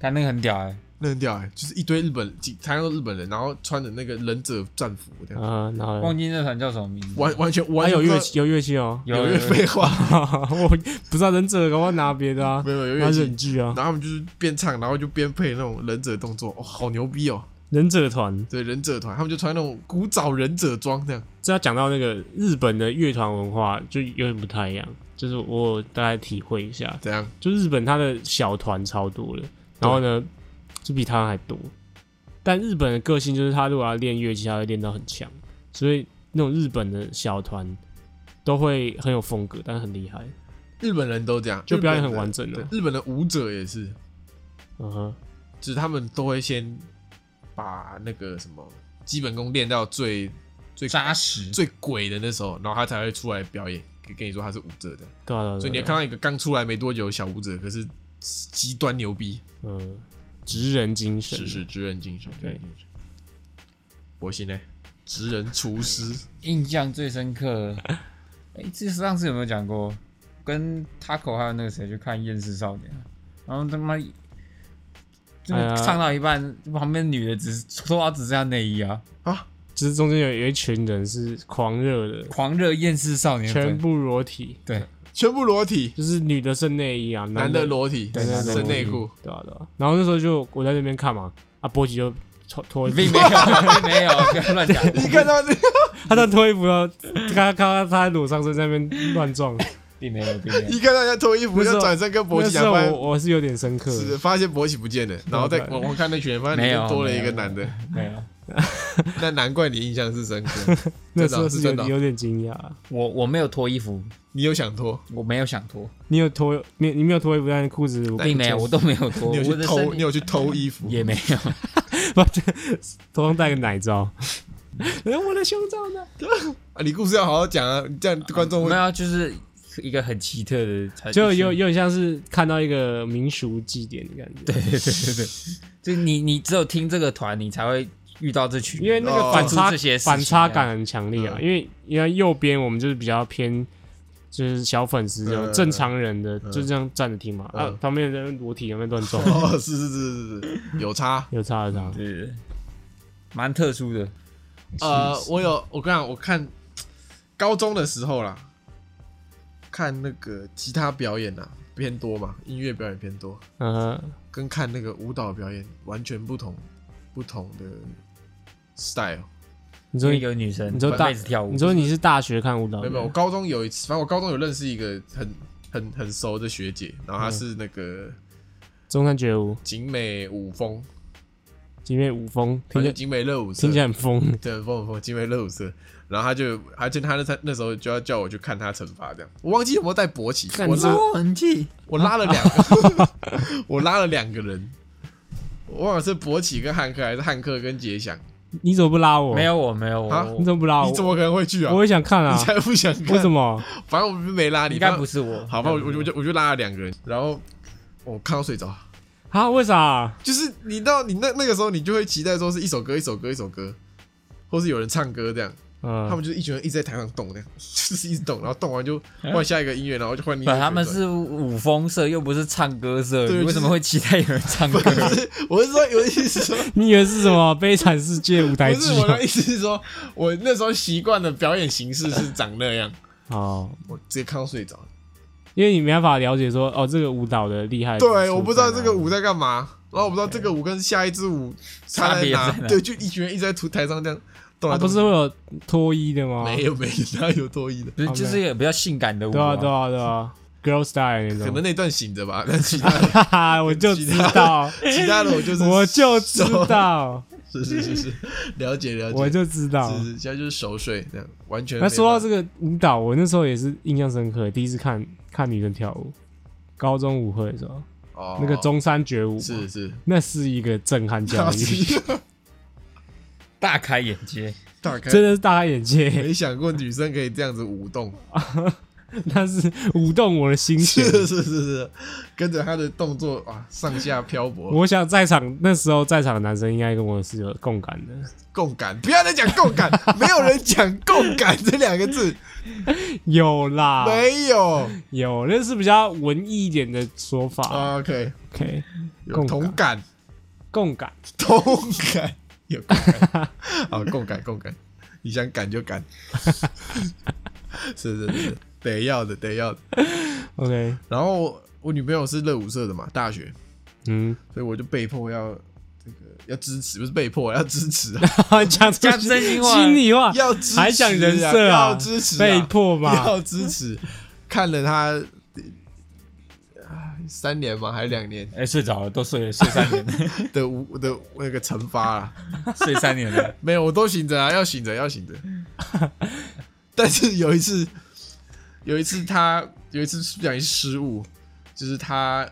他那个很屌哎、
嗯
那很屌哎、就是一堆日本几台上都日本人，然后穿着那个忍者战服这样，
啊，然后
忘
嘞
记那团叫什么名字？
完完全完
还
全
有
不知道
乐器，有乐器哦，
有
有
有
乐废话，
我不知道忍者，搞不好拿别 的啊
没，有有
拿
乐器
忍。具啊，
然后他们就是边唱，然后就边配那种忍者动作，哦，好牛逼哦！
忍者团。
对，忍者团，他们就穿那种古早忍者装这样。
这要讲到那个日本的乐团文化，就有点不太一样，就是我大概体会一下，
怎样？
就日本它的小团超多的，然后呢，就比台湾还多。但日本的个性就是，他如果要练乐器，他会练到很强，所以那种日本的小团都会很有风格，但很厉害，
日本人都这样，
就表演
日本
很
的
完整的、
对日本的舞者也是，
嗯哼，
就是他们都会先把那个什么基本功练到最最
扎实，
最鬼的那时候，然后他才会出来表演，跟跟你说他是舞者的。
对啊，对啊
所以你
对
要
啊
看到一个刚出来没多久的小舞者，可是极端牛逼，
嗯，职人精神，
是是，职人精神，
对
职人精神。博鑫呢？职人厨师，
印象最深 刻。哎、这上次有没有讲过？跟 Taco 还有那个谁去看《厌世少年》，啊然后他妈就
哎呀
是唱到一半，旁边女的只脱到只剩下内衣啊，
就是中间有有一群人是狂热的，
狂热厌世少年
全
粉。
部裸体，
对，
全部裸体，
就是女的剩内衣啊，
男的裸体，
对男的裸体
剩内裤，
对啊对啊。然后那时候就我在那边看嘛，啊，波吉就脱脱衣服
并没有，并没有， 不要乱讲。
你看到那
他在脱衣服了，他他他在裸上身在那边 乱撞。
并没有，并没有。
一看到人家脱衣服，
那时候
就转身跟博
那
奇
时
讲，
候
发现
我我是有点深刻的，
是发现博奇不见了，然后再
对
往往看那群人，发现里
没
面
有
多了
没
一
有
个男的，
没有，
那难怪你印象是 深刻。
那
真
时
的
候
哦是
是有
真的哦，
有点惊讶。
我我没有脱衣服，
你有想脱，
我没有想脱，
你有脱没？你没有脱衣服，但是裤子
并没有，我都没有脱。
你有去
我的
偷，
身
你
体
有去偷衣服，
也没有，
不头上戴个奶罩，哎， 我的胸罩 呢？
啊，你故事要好好讲啊，这样观众
没
会
有，就是一个很奇特的传奇，
就有有点像是看到一个民俗祭典的感觉。对，
就你你只有听这个团，你才会遇到这群人，
因为那个
哦嗯
反差、
做出这些事情
反差感很强烈啊。因为因为右边我们就是比较偏。就是小粉丝这种
嗯
正常人的，就这样站着听嘛。啊
嗯，？
旁边有人裸体有没有乱 撞
哦，是是是是 是，有差。
有差有差。
对对对，蛮特殊的。
呃，我有，我跟你讲，我看高中的时候啦，看那个吉他表演啊偏多嘛，音乐表演偏多，
嗯，
跟看那个舞蹈表演完全不同，不同的 style。哦
你
因
说
为
你
有女生
你说大
一直跳舞，
你说你是大学看舞蹈
没
的？
有没有，我高中有一次，反正我高中有认识一个很很很熟的学姐，然后她是那个
中山觉悟，
景美舞风，
今天舞风，
反
听起
正
来
景美热舞社，
听起来很疯。
对，风风金威乐舞社，然后他就，而且他那他那时候就要叫我去看他惩罚，这样，我忘记有没有带勃起，
干
我
你知道
拉
我很记，
我拉了两个， 我拉了两个人，我忘了是勃起跟汉克还是汉克跟杰翔，
你怎么不拉我？
没，有我没有
啊
我，
你怎么不拉我？
你怎么可能会去啊？
我也想看啊
你，才不想看，
为什？么？
反正我没拉你，
应该不
反正
是我，
好吧，我我我就我就拉了两个人，然后我看到睡着，
啊，为啥？
就是你到你那那个时候，你就会期待说是一首歌一首歌一首歌，或是有人唱歌这样。
嗯，
他们就是一群人一直在台上动，这样 就是一直动，然后动完就换下一个音乐，然后就换另一
不，
个旋转。
他们是舞风社，又不是唱歌社，
对
你为
就是
什么会期待有人唱 歌？
我是说，有的意思是说，
你以为是什么悲惨世界舞台
不
剧
是我的意思是说，我那时候习惯的表演形式是长那样，
啊？哦，
我直接看到睡着。
因为你没办法了解说哦，这个舞蹈的厉害之处在哪里。
对，我不知道这个舞在干嘛，然后我不知道这个舞跟下一支舞差
差
在
别
哪
在。哪
对，就一群人一直在涂台上这样动
啊，
来
不
动
是
去。
会有脱衣的 吗？
没有没啊有，哪有多疑的？
不是，就是一个比较性感的舞
对啊，
啊，
对啊，对啊，girl style 那
可能
种。
那段醒着吧，但其他的
哈哈， 我就知道，
其他的我就是
我就知道，
是是是是了解了解，
我就知道。
是是现在就是熟睡这样，完全没
那
办法。
说到这个舞蹈，我那时候也是印象深刻，第一次看看女生跳舞，高中舞会的时候，
哦
那个中山绝舞嘛，
是是，
那是一个震撼 教育，
大开眼界。
大概
真的是大开眼界，
没想过女生可以这样子舞动，
那是舞动我的心弦。
是是是是，跟着她的动作啊上下漂泊，
我想在场那时候在场的男生应该跟我是有共感的，
共感，不要再讲共感，没有人 讲共感这两个字，
有啦，
没有。
有，那是比较文艺一点的说法。
啊 OK，
OK，
有
共
同感，
共感，
同感，有共感，好，共感共感，你想感就 感，是是是是，得要的得要的。
OK，
然后我女朋友是热舞社的嘛，大学，
嗯，
所以我就被迫要这个要支持，不是被迫要支持啊，
讲出
讲真心话
心里话，
要支持、啊，
还讲人设啊
要支持、啊，
被迫嘛，
要支持。看了他啊三年嘛，还是两年
哎，睡着了，都睡了， 睡三年，
的无的那个惩罚啊啦，
睡三年 了。
没有，我都醒着啊，要醒着，要醒着。 但是有一次，有一次他有一次不小心失误，就是他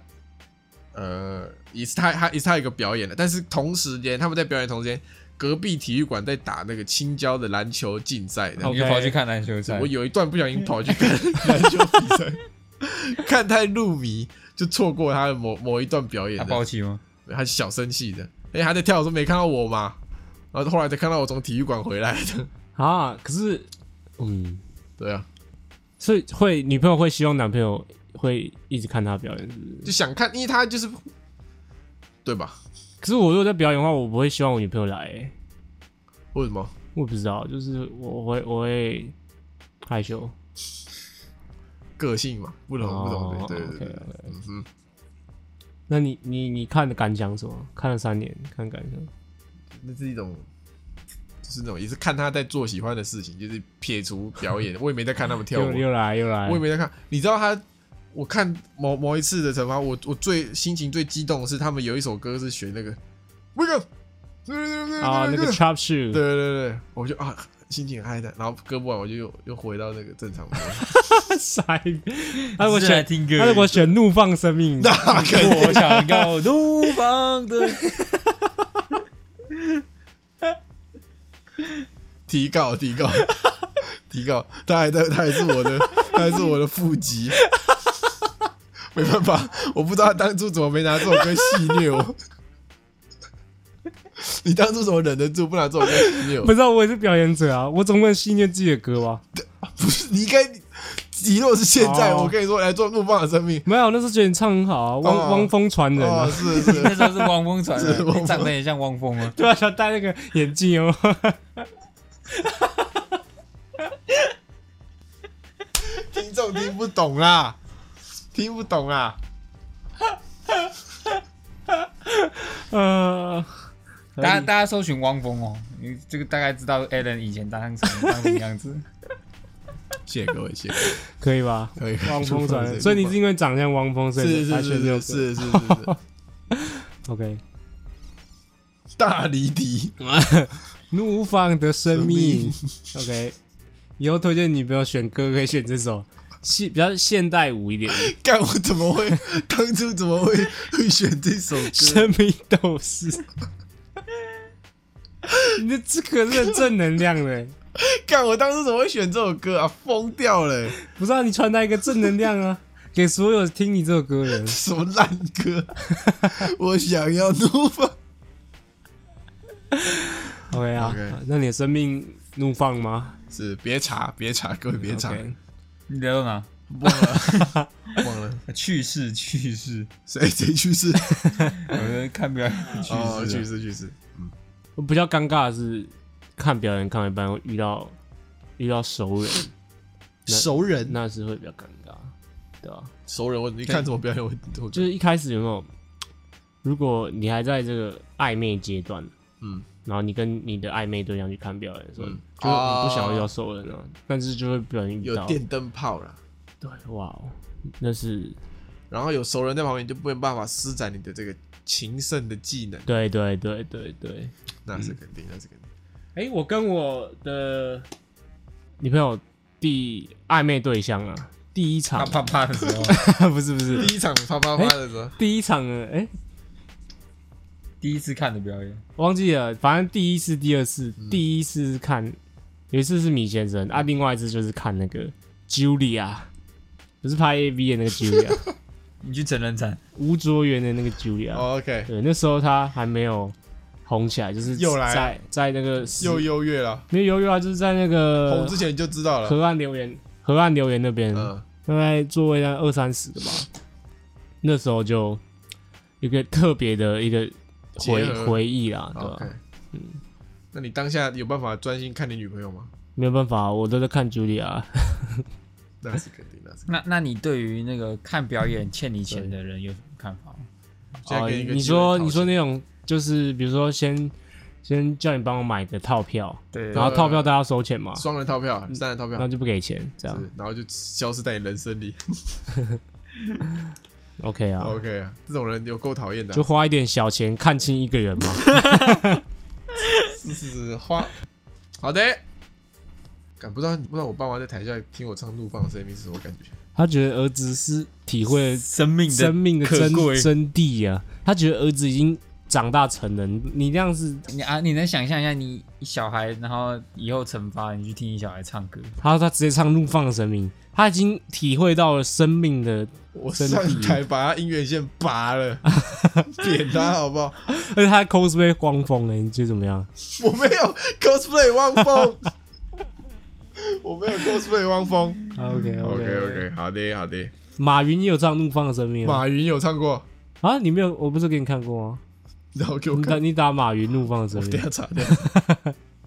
呃，也是他他也是他有一个表演的，但是同时间他们在表演的同时间，隔壁体育馆在打那个青椒的篮球竞赛这样，
OK
你就跑去看篮球赛
我，有一段不小心跑去看 篮球比赛， 看太入迷，就错过他的某某一段表演
他
了。
包起吗？
他小生气的，哎、他在跳的时候没看到我嘛，然后后来才看到我从体育馆回来的。
啊，可是，嗯，
对啊，
所以会女朋友会希望男朋友会一直看她表演，是不是
就想看，因为他就是，对吧？
可是我如果在表演的话，我不会希望我女朋友来、欸
为什么？
我不知道，就是我我会我会害羞，
个性嘛，不懂不懂，
哦
对对对对
OK，OK
对，嗯哼，
那你你你看的感想是什么？看了三年，看感想。
那是一种。就是那种，也是看他在做喜欢的事情，就是撇除表 演，我也没在看他们跳舞
又，又来又来
我也，没在看。你知道他，我看某某一次的惩罚，我我最心情最激动的是他们有一首歌是学那个那个，对对对
啊，那
对
个 chop shoe，
对 对对，我就啊心情很嗨的，然后歌不完我就又又回到那个正常 模式，
傻逼！他如果
只是来
选，
听歌，
他如果选怒放生命，
那可以
我想要怒放的，
提告提告 提告，他还在，他还是我的，他还是我的腹肌。没办法，我不知道他当初怎么没拿这首歌戏虐我。 你当初怎么忍得住不拿这首歌戏虐我？
不知道我也是表演者啊，我总不能戏虐自己的歌吧？
不是，你应该，你如果是现在，
哦
我跟你说来做怒放的生命。
没有，那时候觉得你唱很好啊，汪、
哦
汪峰传人啊，
哦，是是，
那时候是汪峰传
是
人，
汪
你
峰
长得也像汪峰啊。
对啊，他戴那个眼镜哦，
听众听不懂啦，听不懂啦。
呃，
大家大家搜寻汪峰哦，你这个大概知道 Alan 以前当什么当什么样 子。
谢谢各位，谢谢各位
可以吧？
可以。
汪峰传人，
是
所以你是因为长相汪峰，所以
是
才
是
选
是
这首
是
歌
是是是
OK。
大离题，
怒放的生命
生。
OK，以后推荐女朋友选歌可以选这首，现比较现代舞一点，《
干我怎么会当初怎么会会选这首歌？
生命斗士》。你这这可是很正能量的，
干我当初怎么会选这首歌啊？疯掉了、欸
不是啊？你传达一个正能量啊，给所有听你这首歌的人。
什么烂歌？我想要怒放。
OK 啊
OK
那你的生命怒放吗？
是别查别查，各位别查
OK
你聊到哪？
忘了
去世去世，
谁谁去世？
我在看表演去
哦，去
世啊。
世去世。
我比较尴尬的是看表演看到一半会遇到遇到熟人，
熟人，
那是会比较尴尬，对吧、
熟人，我你看什么表演？我我
就是一开始有没有，如果你还在这个暧昧阶段，
嗯，
然后你跟你的暧昧对象去看表演的时候，
嗯
就很不想要遇到熟人啊，但是就会不小心遇
有
到，
电灯泡啦，
对，哇哦，那是
然后有熟人在旁边，你就没有办法施展你的这个情圣的技能，
对对对对对，
那是肯定，那是肯定。
哎、我跟我的女朋友第暧昧对象啊，第一
啪
场
啪啪的时候，
不是不是
第一场啪啪啪的时候，
第一场呢，哎、
第一次看的表演，
我忘记了，反正第一次、第二次，
嗯
第一次是看，有一次是米先生，啊，另外一次就是看那个 Julia，不是拍 AV 的 那个 Julia，
你去成人展，
吴卓源的那个 Julia。
哦 OK，
对，那时候他还没有红起来，就是
又来了
在在那个十
又优越了。
没有犹豫啊，就是在那
红
个
之前你就知道了，
河岸留言河岸留言那边，
嗯，
大概座位在二三十个吧。那时候就一个特别的一个回
结合
回忆啦，对吧、
OK，那嗯你当下有办法专心看你女朋友吗？
没有办法，我都在看 Julia。
那是肯定，那是肯定。
那那你对于那个看表演欠你钱的人有什么看法吗？
现在给一个
哦你
机会讨
说
论
你说那种就是比如说先先叫你帮我买个套票，
对
然后套票大家收钱嘛，
双人套票、三人套票
然后，就不给钱，这样
啊是然后就消失在你人生里。
OK 啊，
OK 啊，这种人有够讨厌的啊
就，花一点小钱看清一个人嘛。
是是是花。好的，敢不知道不知道我爸妈在台下听我唱《怒放的生命》是什么感觉？
他觉得儿子是体会了
生命的
生命的
可
真
贵
真谛啊，他觉得儿子已经长大成人，你那样是
你啊，你能想象一下，你小孩，然后以后惩罚你去听你小孩唱歌，
他他直接唱《怒放的神明》，他已经体会到了生命的，
我
真
上
的
台把他音乐线拔 了，扁他好不好？
而且他 cosplay 光风了，你觉得怎么样？
我没有 cosplay 汪峰，我没有 cosplay 汪峰。
OK
OK OK，好的好的。
马云也有唱《怒放的生命》啊。
马云有唱过，
啊，你没有？我不是给你看过吗？
然后给我
你打
看，
你打马云怒放的声
等一
音，
下查掉。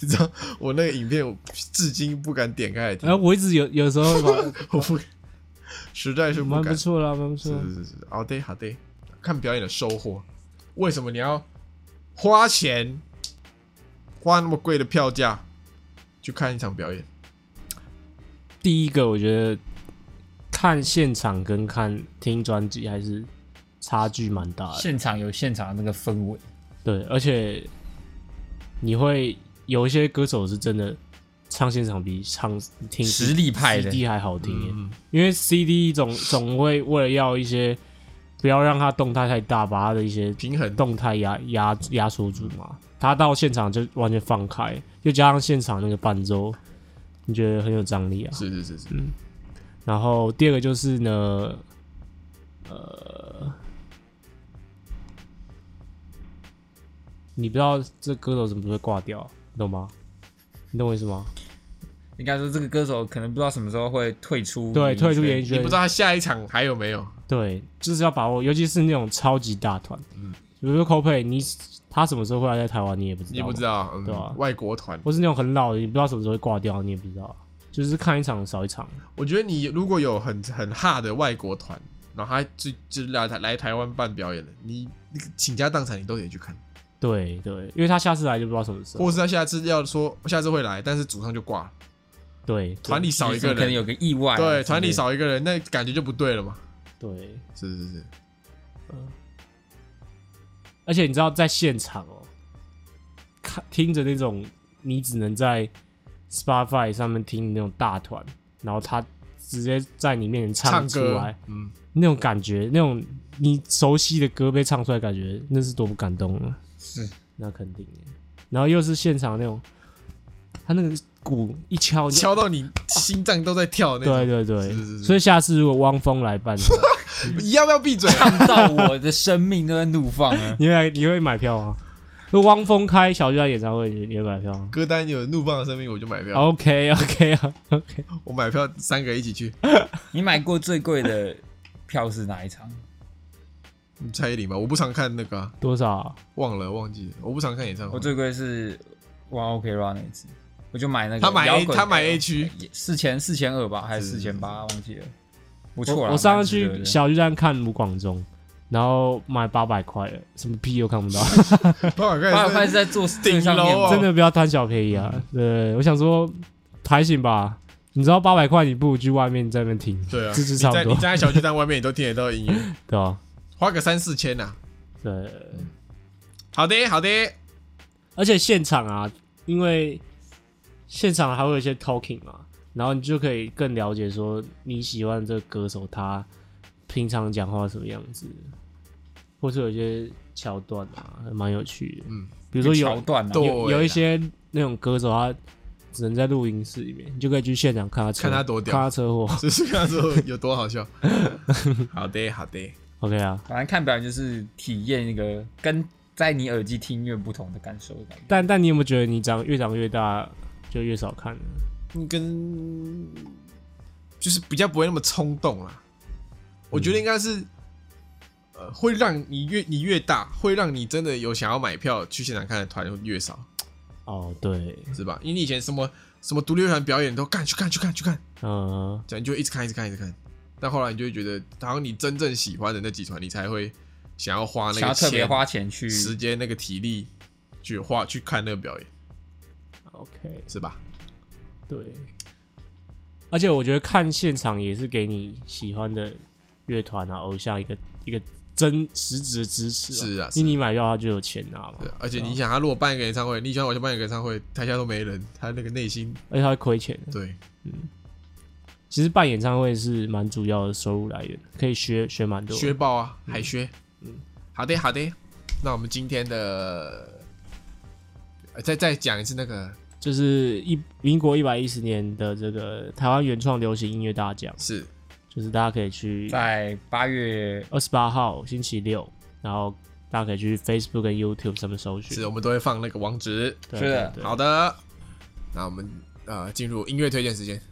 你知道我那个影片，我至今不敢点开来听
然，后哎我一直有有时候 会把
我不，实在是不
蛮不
敢。
错啦，蛮不错
是。是是是，好的好的，看表演的收获。为什么你要花钱花那么贵的票价去看一场表演？
第一个我觉得看现场跟看听专辑还是差距蛮
哎
大的，
现场有现场的那个氛围，
对，而且你会有一些歌手是真的唱现场比唱听
实力派的
CD 还好听耶，
嗯，
因为 CD 总总会为了要一些不要让它动态太大，把它的一些
平衡
动态压压压缩住嘛。他到现场就完全放开，又加上现场那个伴奏，你觉得很有张力啊。
是是是是，
然后第二个就是呢，呃，你不知道这歌手怎么会挂掉，你懂吗？你懂我意思吗？
应该说这个歌手可能不知道什么时候会退出，
对，退出演艺
你
圈
不知，道他下一场还有没有？
对，嗯就是要把握，尤其是那种超级大团，比如说 Coldplay，你他什么时候会来在台湾，你也不知道，
你不知，道，嗯
对啊
外国团，
或是那种很老的，你不知道什么时候会挂掉，你也不知道，就是看一场少一场，
我觉得你如果有很很哈的外国团，然后他就就来台来台湾办表演了，你你倾家荡产你都得去看，
对对，因为他下次来就不知道什么时候，
或是他下次要说下次会来，但是主唱就挂了，
对
团里少一个
可能
人，
有个意外啊之类的，
对，团里少一个人，那感觉就不对了嘛。
对，
是是是，
而且你知道，在现场哦，看听着那种你只能在 Spotify 上面听那种大团，然后他直接在你面前
唱
出
歌
来，，
嗯，
那种感觉，那种你熟悉的歌被唱出来，感觉那是多么感动啊！
是，
那肯定耶。然后又是现场那种，他那个鼓一敲你就，
敲到你心脏都在跳那种。
对对对，
是是是
所以下次如果汪峰来办的 话，！
你要不要闭嘴？啊
看到我的生命都在怒放啊
你会你会买票吗？如果汪峰开小巨蛋演唱会，你你会买票啊吗？
歌单有《怒放的生命》，我就买票，
OK OK 啊 OK，
我买票三个一起去。
你买过最贵的票是哪一 场？
嗯蔡依林吧，我不常看那个啊、
多少啊？
忘了忘记了，我不常看演唱
我
会。
最贵是 One OK Run 那一次，我就买那个
他买 A-
摇滚的
他买 A 区
四千四千二吧，还是
是
四千八，忘记了。不
啊
错啦
我我上
蛮
次
值得
去
的
小巨蛋看卢广仲，然后买八百块了，什么屁都 看不到，
八百
八百
块
块
是
是在做
顶
最上面
楼哦
吗，
真的不要贪小便宜
嗯
啊！对，我想说还行吧，你知道八百块，你不如去外面在那边听，
对啊，
这是差
你
不
在
多
你，站在小巨蛋外面，你都听得到音乐，
对吧？
花个三四千呐、啊。
对，
好的，好的，
而且现场啊，因为现场还会有一些 talking 嘛，然后你就可以更了解说你喜欢这个歌手他平常讲话什么样子，或是有一些桥段啊，还蛮有趣的。
嗯，
比如说有
桥段啊，
对
有有一些那种歌手，他只能在录音室里面，你就可以去现场看他车，
看他多屌
看他车祸。
就是看之后有多好笑。好的，好的，
OK 啊，
反正看表演就是体验一个跟在你耳机听音乐不同的感受的感觉。
但但你有没有觉得你长越长越大就越少看了？
跟就是比较不会那么冲动啦。我觉得应该是，呃，会让你越你越大，会让你真的有想要买票去现场看的团越少，
哦，对，
是吧？因为你以前什么什么独立乐团表演都干去看去看去看，
嗯，
这样你就一直看一直看一直看。但后来你就会觉得，好像你真正喜欢的那几团，你才会想要花那
想
个
要特别
钱、
花嗯钱去，
时间、那个体力去花去看那个表演，
OK，
是吧？
对。而且我觉得看现场也是给你喜欢的乐团啊、偶像一个一个真实质的支持、
是啊是
因为你买票他就有钱拿嘛，
对，
啊
而且你想，他如果办一个演唱会，你喜欢偶像办一个演唱会，台下都没人，他那个内心
而且他会亏钱的。
嗯
对
其实办演唱会是蛮主要的收入来源，可以学学蛮多的。
削爆啊，海削。嗯，好的好的，那我们今天的呃再再讲一次那个
就是一民国一百一十年的这个台湾原创流行音乐大奖，
是
就是大家可以去
在八月
二十八号星期六，然后大家可以去 Facebook 跟 YouTube 上面搜寻
是，。我们都会放那个网址。
对
是的
对对
好的，那我们呃进入音乐推荐时间。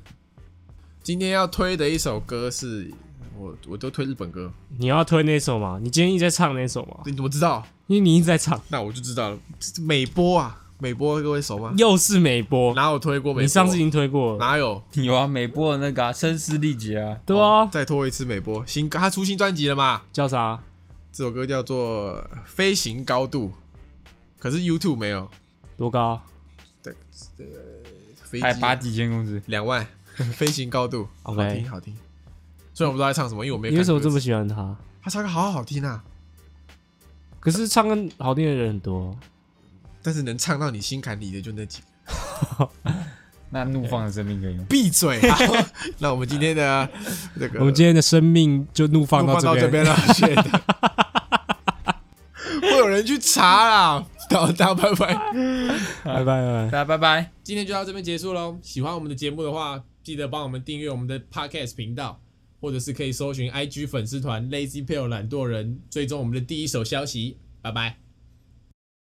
今天要推的一首歌是我我都推日本歌，
你要推那首吗？你今天一直在唱那首吗？
你怎么知道？
因为你一直在唱，
那我就知道了，这是美波啊，美波各位熟吗？
又是美波，
哪有推过美波？
嗯你上次已经推过了，
哪有？
有啊，美波的那个啊，声嘶力竭啊，
对啊，
再拖一次美波新歌，他出新专辑了嘛？
叫啥？
这首歌叫做《飞行高度》，可是 YouTube 没有
多高？
飞机啊
海拔几千公尺，
两万， 飞行高度
OK
好听好听。虽然我不知道他唱什么，因为我没有
哎你
看歌
为
词。
什么这么喜欢他？
他唱歌好好听啊？
可是唱歌好听的人很多，
但是能唱到你心坎里的就那几个。
那怒放的生命可以吗？
闭嘴！ 好那我们今天的这个
我们今天的生命就怒放
放
到
到这
这边。
边了， 谢谢。会有人去查啦，大家拜拜。
拜拜拜拜。
大家拜拜，
今天就到这边结束喽。喜欢我们的节目的话，记得帮我们订阅我们的 Podcast 频道，或者是可以搜寻 IG 粉丝团 Lazy p a l e 懒惰人，追踪我们的第一手消息。拜拜。